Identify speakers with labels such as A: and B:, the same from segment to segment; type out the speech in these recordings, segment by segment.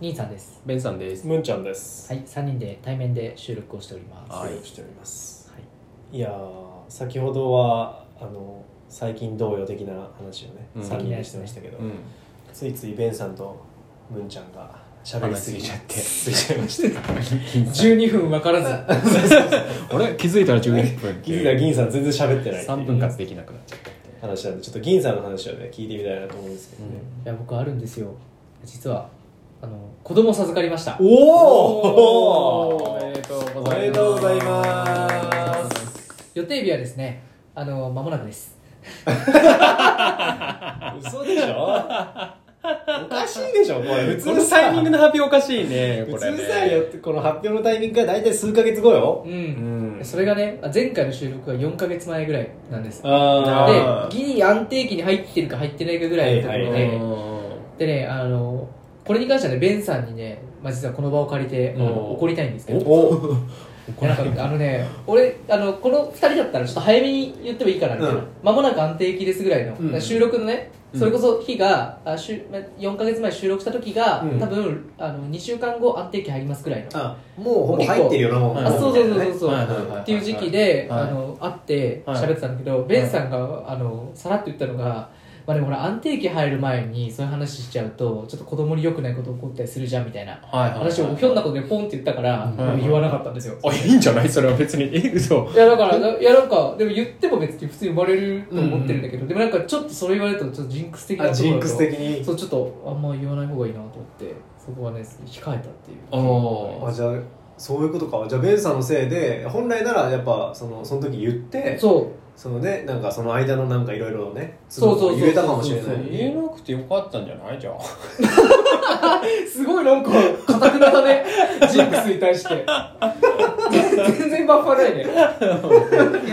A: リンさんです
B: ベンさんです。
C: ムンちゃんです。
A: はい3人で対面で収録をしております
B: はい
C: 失礼しております。
A: はい
C: いやー、先ほどはあの最近同様的な話をね、
B: うん
C: 3人でしてましたけど、
B: うん。
C: ついついベンさんとムンちゃんが喋りすぎちゃって、
B: 話
C: すぎちゃいま した。
A: 12分分からず
B: あれ 気づいたら11分って
C: 銀
B: い
C: さ
B: う。
C: ん銀さん全然喋ってないっていう
B: 3分割できなくなっちゃった。
C: 話なんで、ちょっと銀さんの話をね聞いてみたいなと思うんですけどね。
A: いや僕あるんですよ実はあの子供授かりました
C: お
B: おめでとうご
C: お
B: ざいます。
C: めでとうございます。
A: 予定日はですねあの間もなくです
C: 嘘でし ょおかしいでしょこれ普
B: こ
C: 通
B: の
C: さ
B: タイミングの発表おかしいね、こ
C: 普
B: れね。
C: 通さよってこの発表のタイミングが大体数ヶ月後よ
A: うん、
B: うん。
A: それがね前回の収録は4か月前ぐらいなんですで
C: あ
A: ギリ安定期に入ってるか入ってないかぐらいのところで、
C: はいは
A: でねあのこれに関してはねベンさんにね、まあ、実はこの場を借りて、あの
B: おー
A: 怒りたいんですけ
C: お
A: ど
C: お
A: いやなんかあのね俺あのこの2人だったらちょっと早めに言ってもいいかなみたいな、
C: うん
A: 間もなく安定期ですぐらいの、
C: うんうん
A: 収録のねそれこそ日が、あ週ま4か月前収録した時が、
C: うん
A: 多分あの2週間後安定期入りますぐらいの、
C: あもうほぼ入ってるよなもう
A: あそうそうそうそうそう、
B: はいはいはいはい
A: っていう時期で、
B: はい
A: あの会って
B: はい
A: 喋ってたんだけど、ベンさんがあのさらっと言ったのが、まあ、でもほら安定期入る前にそういう話しちゃうとちょっと子供に良くないこと起こったりするじゃんみたいな
B: はいはい。
A: 話をひょんなことでポンって言ったから、
B: はいはい
A: 言わなかったんですよ、
B: あ、いいんじゃないそれは別に。え、嘘。
A: いやだから、いやなんか、でも言っても別に普通に生まれると思ってるんだけど、でもなんかちょっとそれ言われるとちょっとジンクス的な
C: あ
A: ところ
C: ジ
A: だ
C: ン
A: と
C: クス的に
A: そう、ちょっとあんま言わない方がいいなと思って、そこはね、控えたっていう。
B: お
C: あじゃあそういうことかじゃあベンさんのせいで本来ならやっぱそのその時言ってそ
A: そ
C: のねなんかその間のなんかいろいろね
A: そうそうそう
C: 言えたかもしれな
A: そう
C: い
A: そう
B: 言えなくてよかったんじゃないじゃあ。
A: う。すごいなんか、かたくなだね、ジンクスに対して。 全然バッファない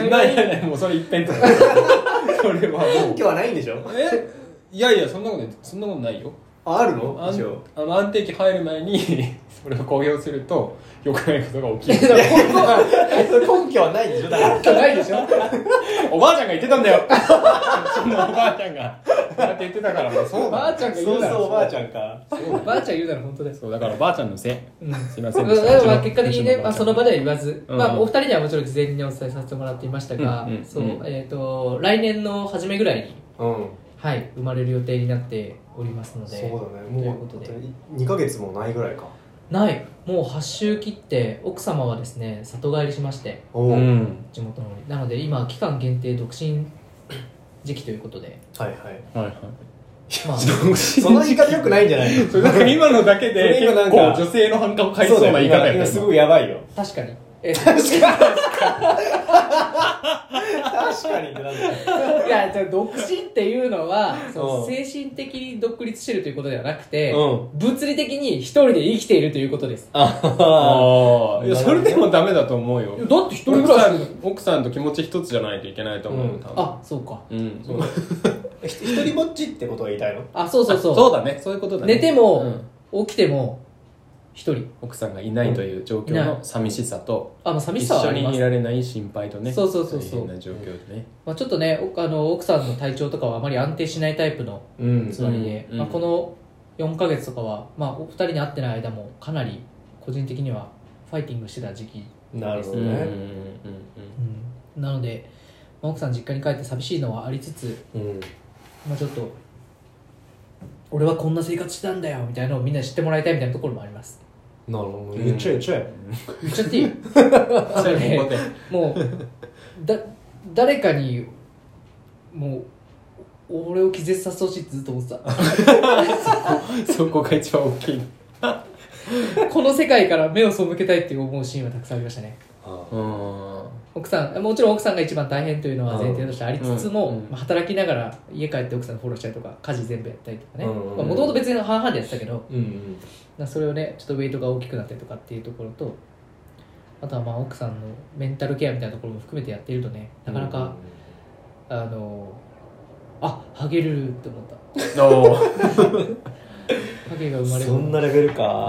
A: ね。
B: ないない ない、もうそれ一辺と。それはも
C: 根拠はないんでしょ
B: う。えいやいや、そんなこと、そんなことないよ。
C: あある
B: あ
C: の一応
B: んあの安定期入る前に それを公表すると良くないことが起き
A: い
B: る
A: や本当は
C: 根拠はないんでしょだから
A: 本当はないでしょ
B: おばあちゃんが言ってたんだよ そのおばあちゃんがこうやって言ってたからもうそう
A: ばあちゃんが言
C: そうう
A: な
C: そうお
A: ら。
C: ばあちゃんか
A: ばあちゃん言うなら本当です。
B: そうだからばあちゃんのせい
A: うん
B: すいませんでした
A: まあ結果的にね、まあ、その場では言わず、
B: うん
A: まあ、お二人にはもちろん事前にお伝えさせてもらっていましたが、
B: うんうん
A: そう
B: うん
A: えー、と来年の初めぐらいに、
C: うん
A: はい、生まれる予定になっておりますの
C: そう
A: で
C: だねもう
A: ということで
C: 2ヶ月もないぐらいか
A: ないもう8週切って奥様はですね里帰りしまして
C: おお、
B: う
C: はい
B: ん
A: 地元の方になので今期間限定独身時期ということで、
C: はい
B: はいはい
A: まあ、
C: その言い方よくないんじゃないの
B: それなんか今のだけで
C: それ今な
B: 結
C: ん
B: 構
C: か
B: 女性の反感を買いそうな言い方
C: そうだ
B: や
C: よ
B: った
C: 今今す
B: 今
C: ごいやばいよ
A: 確かにえ
C: 確かにってなんだよ
A: いやじゃあ独身っていうのはそう
C: う
A: 精
C: ん
A: 神的に独立してるということではなくて、
C: う
A: 物理的に一人で生きているということですだ
B: ああいやそれでもダメだと思うよ
A: って一人
B: 奥
A: 暮ら
B: さ
A: し
B: ん奥さんと気持ち一つじゃないといけないと思う、
C: うん
B: 多分
A: あそうか
B: うんそう
C: ひ 一人ぼっちってことが言いたいの
A: あそうそうそう
B: そうだねそういうことだね
A: 寝ても
B: うん
A: 起きても一人
B: 奥さんがいないという状況の寂しさと
A: あまあ寂し
B: 一
A: さは
B: 緒
A: ありま
B: にい
A: す、
B: られない心配とね
A: そうそうそうそう
B: 大変な状況でね
A: まあ、ちょっとねおあの奥さんの体調とかはあまり安定しないタイプの
C: うん
A: つまりで、
B: うん
A: まあ、この4ヶ月とかは、まあ、お二人に会ってない間もかなり個人的にはファイティングしてた時期
C: なるほど
B: うんうんうん
C: ね
A: うんなので、まあ、奥さん実家に帰って寂しいのはありつつ、
C: うん
A: まあ、ちょっと俺はこんな生活してたんだよみたいなのをみんな知ってもらいたいみたいなところもあり ます
C: なるほ
B: う
C: ど
B: ん
C: 言っちゃえ言っちゃえ
A: 言っちゃっていい あの
B: うん
A: ね もうだ誰かにもう俺を気絶させてほしいってずっと思ってた
B: そこが一番大きい
A: この世界から目を背けたいって思うシーンはたくさんありましたね
C: あ
B: うん
A: 奥さんもちろん奥さんが一番大変というのは前提としてありつつも、
B: うんうん
A: まあ、働きながら家帰って奥さんのフォローしたりとか家事全部やったりとかね
C: う
A: も
C: んうん
A: ともと別に半々でやってたけど
C: うん
A: まあそれをねちょっとウェイトが大きくなったりとかっていうところとあとはまあ奥さんのメンタルケアみたいなところも含めてやってるとねなかなか、あのあハゲるって思ったハゲが生まれる
C: そんなレベル
A: う
C: か
A: ん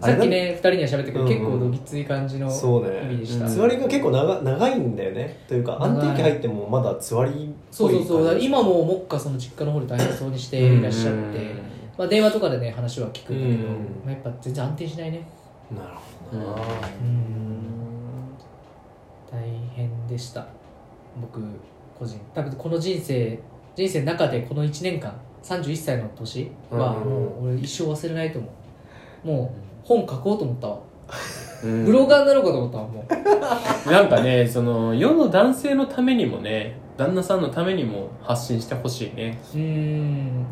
C: あ
A: さ
C: れ
A: っきね2人には喋ったけど、
C: うんうん
A: 結構どぎつい感じの
C: そうね
A: 意味でした、
B: うん
C: つわりが結構長長いんだよねというか安
A: 長い
C: 定期入ってもまだつわりっぽ
A: そう
C: い
A: そうそうだから
C: 感じ
A: 今も目下その実家の方で大変そうにしていらっしゃって、まあ、電話とかでね話は聞くんだけど、
B: うん
A: まあ、やっぱ全然安定しないね
C: なる
B: う
C: ほ
B: ん
C: どな
A: うん大変でした僕個人多分この人生人生の中でこの1年間31歳の年は
C: うん
A: もう俺一生忘れないと思うもう本書こうと思ったわ
B: うん
A: ブロガーになろうかと思ったわもう
B: なんかねその世の男性のためにもね旦那さんのためにも発信してほしいね
A: うん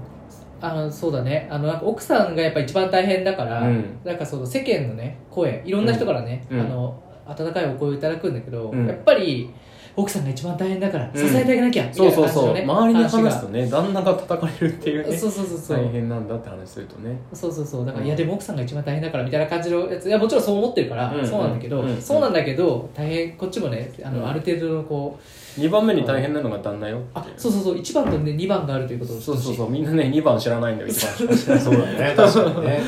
A: あのそうだねあのなんか奥さんがやっぱ一番大変だから、
B: うん
A: なんかその世間のね声いろんな人からね、
B: うん
A: あの温かいお声をいただくんだけど、
B: うん
A: やっぱり奥さんが一番大変だから
B: ん
A: 支えてあげなきゃ、みたい
B: そう
A: な
B: そう
A: 感じ
B: そ
A: の
B: う、
A: ね
B: 周りに話すと
A: が
B: ね旦那が叩かれるっていうね
A: そうそうそうそう
B: 大変なんだって話するとね
A: そうそうそうだから、
B: うん
A: いやでも奥さんが一番大変だからみたいな感じのやついやもちろんそう思ってるから、
B: うん
A: そうなんだけど、
B: うん
A: そうなんだけど大変こっちもねあの、
B: うん
A: ある程度のこう
B: 2番目に大変なのが旦那よ
A: あそうそうそう1番と、ね、2番があるということを知って
B: そう
A: ほしい
B: そうそうみんなね2番知らないん だよ一番知らない
C: そうだね確かにね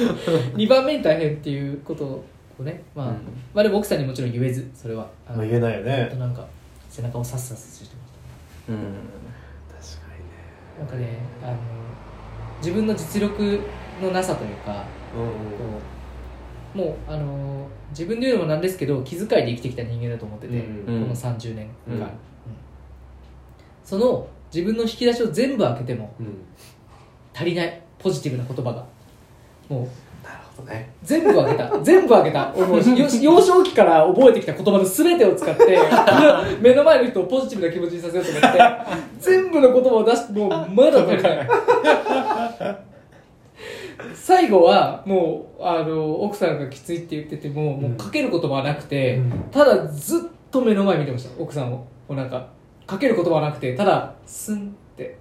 A: 2番目に大変っていうことをね、まあ
B: うん
A: まあでも奥さんにもちろん言えずそれはあ
C: ま
A: の
C: あ言えないよ
A: ほんと
C: ね
A: なんか背中をさっさっさしてました
B: うん
C: 確かに
A: なんかねあの自分の実力のなさというか
C: ね
A: こうもうあの自分で言うのもなんですけど気遣いで生きてきた人間だと思ってて、
C: うん
A: こ
B: うん
A: の30年間、
B: うん
A: うんその自分の引き出しを全部開けても
C: うんうん
A: 足りないポジティブな言葉がもう
C: なるほどね
A: 全部開けた全部開けたもうよ幼少期から覚えてきた言葉の全てを使って 目の前の人をポジティブな気持ちにさせようと思って全部の言葉を出してもうまだ足りない 最後はもうあの奥さんがきついって言っててももうかける言葉はなくて、
C: うん
A: ただずっと目の前見てました奥さんをもうなんかかける言葉はなくてただスンって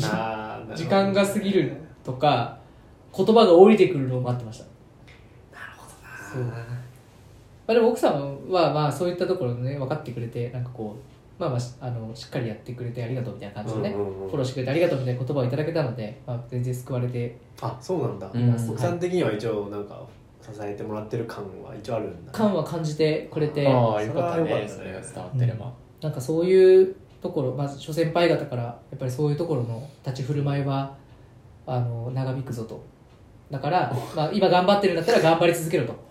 C: なあなるほど
A: 時間が過ぎるとか言葉が降りてくるのを待ってましたそうまあ、でも奥さんはまあそういったところね分かってくれてなんかこうまあまあしあのしっかりやってくれてありがとうみたいな感じでね、
C: うんうんうん
A: フォローしてくれてありがとうみたいな言葉をいただけたので、まあ、全然救われて
C: あそうなんだ
B: うん
C: 奥さん的には一応なんか支えてもらってる感は一応あるんだ
A: 感は感じてくれて
B: ああよかった
C: それはよ
B: ね
C: かったね
B: それが伝わってれば
A: なんかそういうところまず諸先輩方からやっぱりそういうところの立ち振る舞いはあの長引くぞとだから、まあ、今頑張ってるんだったら頑張り続けろと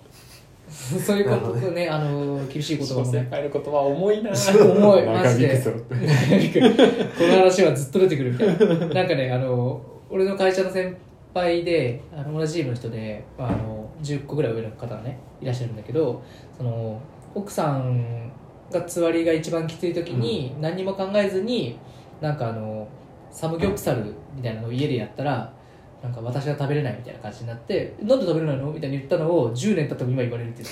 A: そういうこと
C: なるほど
A: ねあの厳しい言葉
B: 小
A: も
B: 先
A: ね
B: 輩の言葉は重いな
A: 重いマジで
B: 長引くぞ
A: この話はずっと出てくるみたいななんかねあの俺の会社の先輩であの同じチームの人で、まあ、あの10個ぐらい上の方がねいらっしゃるんだけどその奥さんがつわりが一番きつい時に、何にも考えずになんかあのサムギョプサルみたいなのを家でやったらなんか私が食べれないみたいな感じになってなんで食べれないのみたいに言ったのを10年経っても今言われ るっていう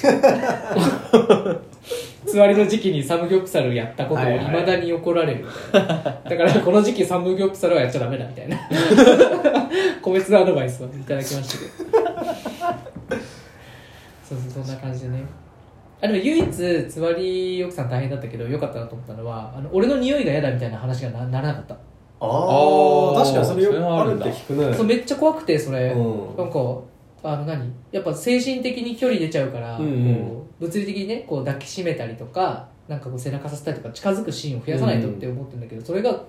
A: つわりの時期にサムギョプサルやったことを
C: はいいはい
A: まだに怒られるみたいな、だからこの時期サムギョプサルはやっちゃダメだみたいな 個別のアドバイスをいただきましたけどそうそうそんな感じでねあでも唯一つわり奥さん大変だったけど良かったなと思ったのはあの俺の匂いが嫌だみたいな話がなならなかった
C: あ
B: あー
C: あ確かにそれよ
B: それ
C: く
B: はあ
C: あ
B: る
C: る
B: ん
C: っ
B: だ
C: て聞くね
A: そうめっちゃ怖くてそれ、
C: うん
A: なんかあの何やっぱ精神的に距離出ちゃうから、
C: うんうん
A: こう物理的にねこう抱きしめたりとかなんかこう背中させたりとか近づくシーンを増やさないとって思ってるんだけど、それが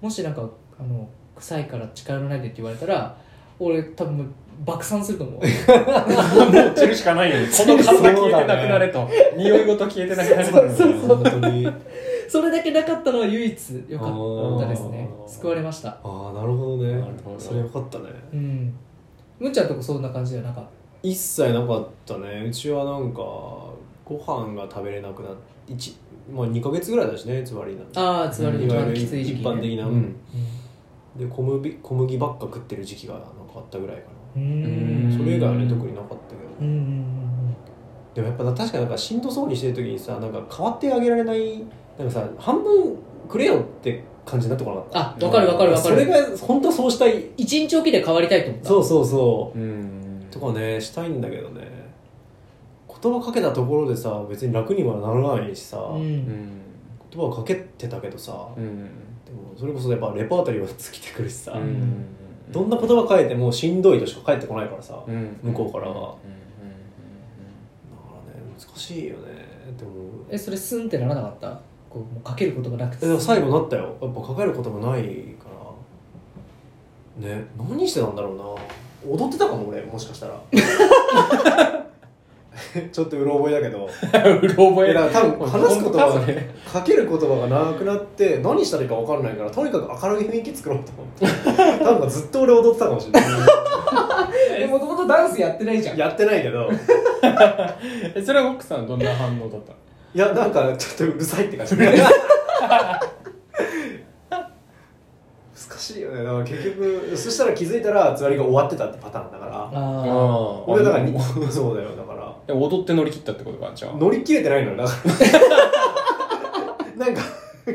A: もしなんかあの臭いから力のないでって言われたら俺多分もう爆散すると 思う
B: もう散るしかないよねこの体消えてなくなれと、匂いごと消えてなくなれと
A: そうそう
C: 本当に
A: それだけなかったのは唯一良かったですね
B: あー
A: 救われました
C: ああなるほどね
B: なるほど
C: それよかったね
A: うんむんちゃんとこそんな感じじゃなかっ
C: 一切なかったねうちはなんかご飯が食べれなくなって一まあ2ヶ月ぐらいだしねつわりなんて
A: たああつわりの
C: い
A: 一
C: わゆ
A: 番
C: る
A: き
C: 一
A: つい時期、ね、
C: 般的な、
B: うん
C: うんで小麦小麦ばっか食ってる時期がなんかあったぐらいか
A: うん
C: な
A: う
C: それ以外はね
A: ん
C: 特になかったけど
A: うんうんうん
C: でもやっぱな確かなんかしんどそうにしてる時にさなんか変わってあげられないなんかさ半分くれよって感じになってこなかった
A: あわかるわかるわかる
C: それが本当はそうしたい
A: 一日おきで変わりたいと思った
C: そうそうそう
B: うん
C: とかねしたいんだけどね言葉かけたところでさ別に楽にはならないしさ、
A: う
C: 言
A: ん、
B: ん
C: 葉をかけてたけどさ、
B: うん
C: でもそれこそやっぱレパートリーは尽きてくるしさ、
A: ん
C: どんな言葉変えてもしんどいとしか返ってこないからさ、だか
B: ん
C: 向こうから
B: うん
C: はらね難しいよねって思う
A: えそれスンってならなかったこうもうかけることがなくて
C: えでも最後なったよやっぱかける言葉ないからね何してたんだろうな踊ってたかも俺もしかしたら ちょっとうろ覚えだけど
B: うろ覚
C: い
B: え
C: や多分話すことは
B: 本当だそれ
C: かける言葉がなくなって何したらいいか分かんないからとにかく明るい雰囲気作ろうと思ってなんかずっと俺踊ってたかもしれない
A: でもともとダンスやってないじゃん
C: やってないけど
B: えそれは奥さんどんな反応だったの
C: いやなんかちょっとうるさいって感じ難しいよねだから結局そしたら気づいたらつわりが終わってたってパターンだから
A: あー
B: あ
C: 俺だから
B: もう
C: にそうだよだから
B: え踊って乗り切ったってことかじゃあ
C: 乗り切れてないのよだからなんか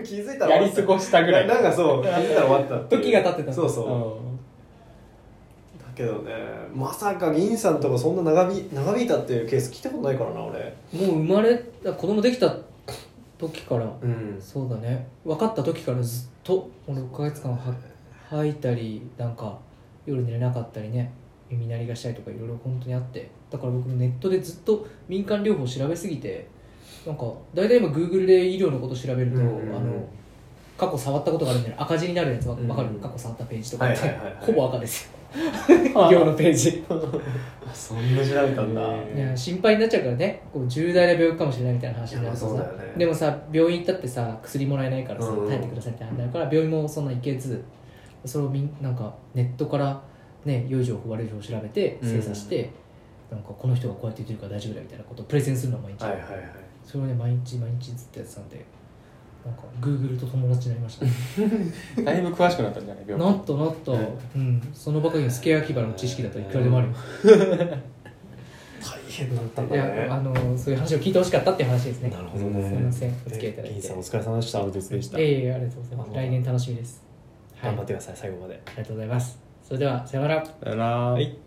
C: 気づいたら
B: やり過ごしたぐらい
C: なんかそう気づいたら終わったっていう
A: 時が経ってた
C: そうそう、
B: うん
C: だけどねまさか銀さんとかそんな長引長引いたっていうケース聞いたことないからな俺
A: もう生まれた子供できた時から
C: うん
A: そうだね分かった時からずっとこの6ヶ月間は吐いたりなんか夜寝れなかったりね耳鳴りがしたりとかいろいろ本当にあってだから僕もネットでずっと民間療法調べすぎてなんか大体今 Google で医療のこと調べると、
C: うんうんうん
A: あの過去触ったことがあるんじゃない赤字になるやつわわかる、
C: うん
A: 過去触ったページとかって、
C: はいはいはいはい
A: ほぼ赤ですよ医 療のページ
C: そんな調べたんだ
B: ね
A: いや心配になっちゃうからねこう重大な病気かもしれないみたいな話になると
C: いや
A: さ
C: まあそうだよね
A: でもさ病院行ったってさ薬もらえないからさ
C: うんうん
A: 耐えてくださいって話になるから病院もそんな行けずそれをみんなんかネットから、ね、良い情報悪い情報を調べて精査して、なんかこの人がこうやって言ってるから大丈夫だみたいなことをプレゼンするの毎日、
C: はいはいはい
A: それをね毎日毎日ずっとやってたんでなんか Google と友達になりました、
B: だいぶ詳しくなったんじゃない
A: なっとなっと、
B: ね
A: うん、そのばかりのスケアキバの知識だったらいくらでもあるよ
C: 大変だったん
A: い
C: だ
A: やあ
C: ね
A: のそういう話を聞いてほしかったっていう話ですね
C: なるほ
A: す
C: ど
A: いま
C: ね
A: せんお付き合いいただいて
C: 銀さんお疲れ様でした
B: お疲れ様でした
A: ええありがとうございます。
C: あの
A: 来年楽しみです。はい、
C: 頑張
A: あ
C: ってください最後まで
A: りがとうございます。それでは、さようなら。
B: さよなら
C: はい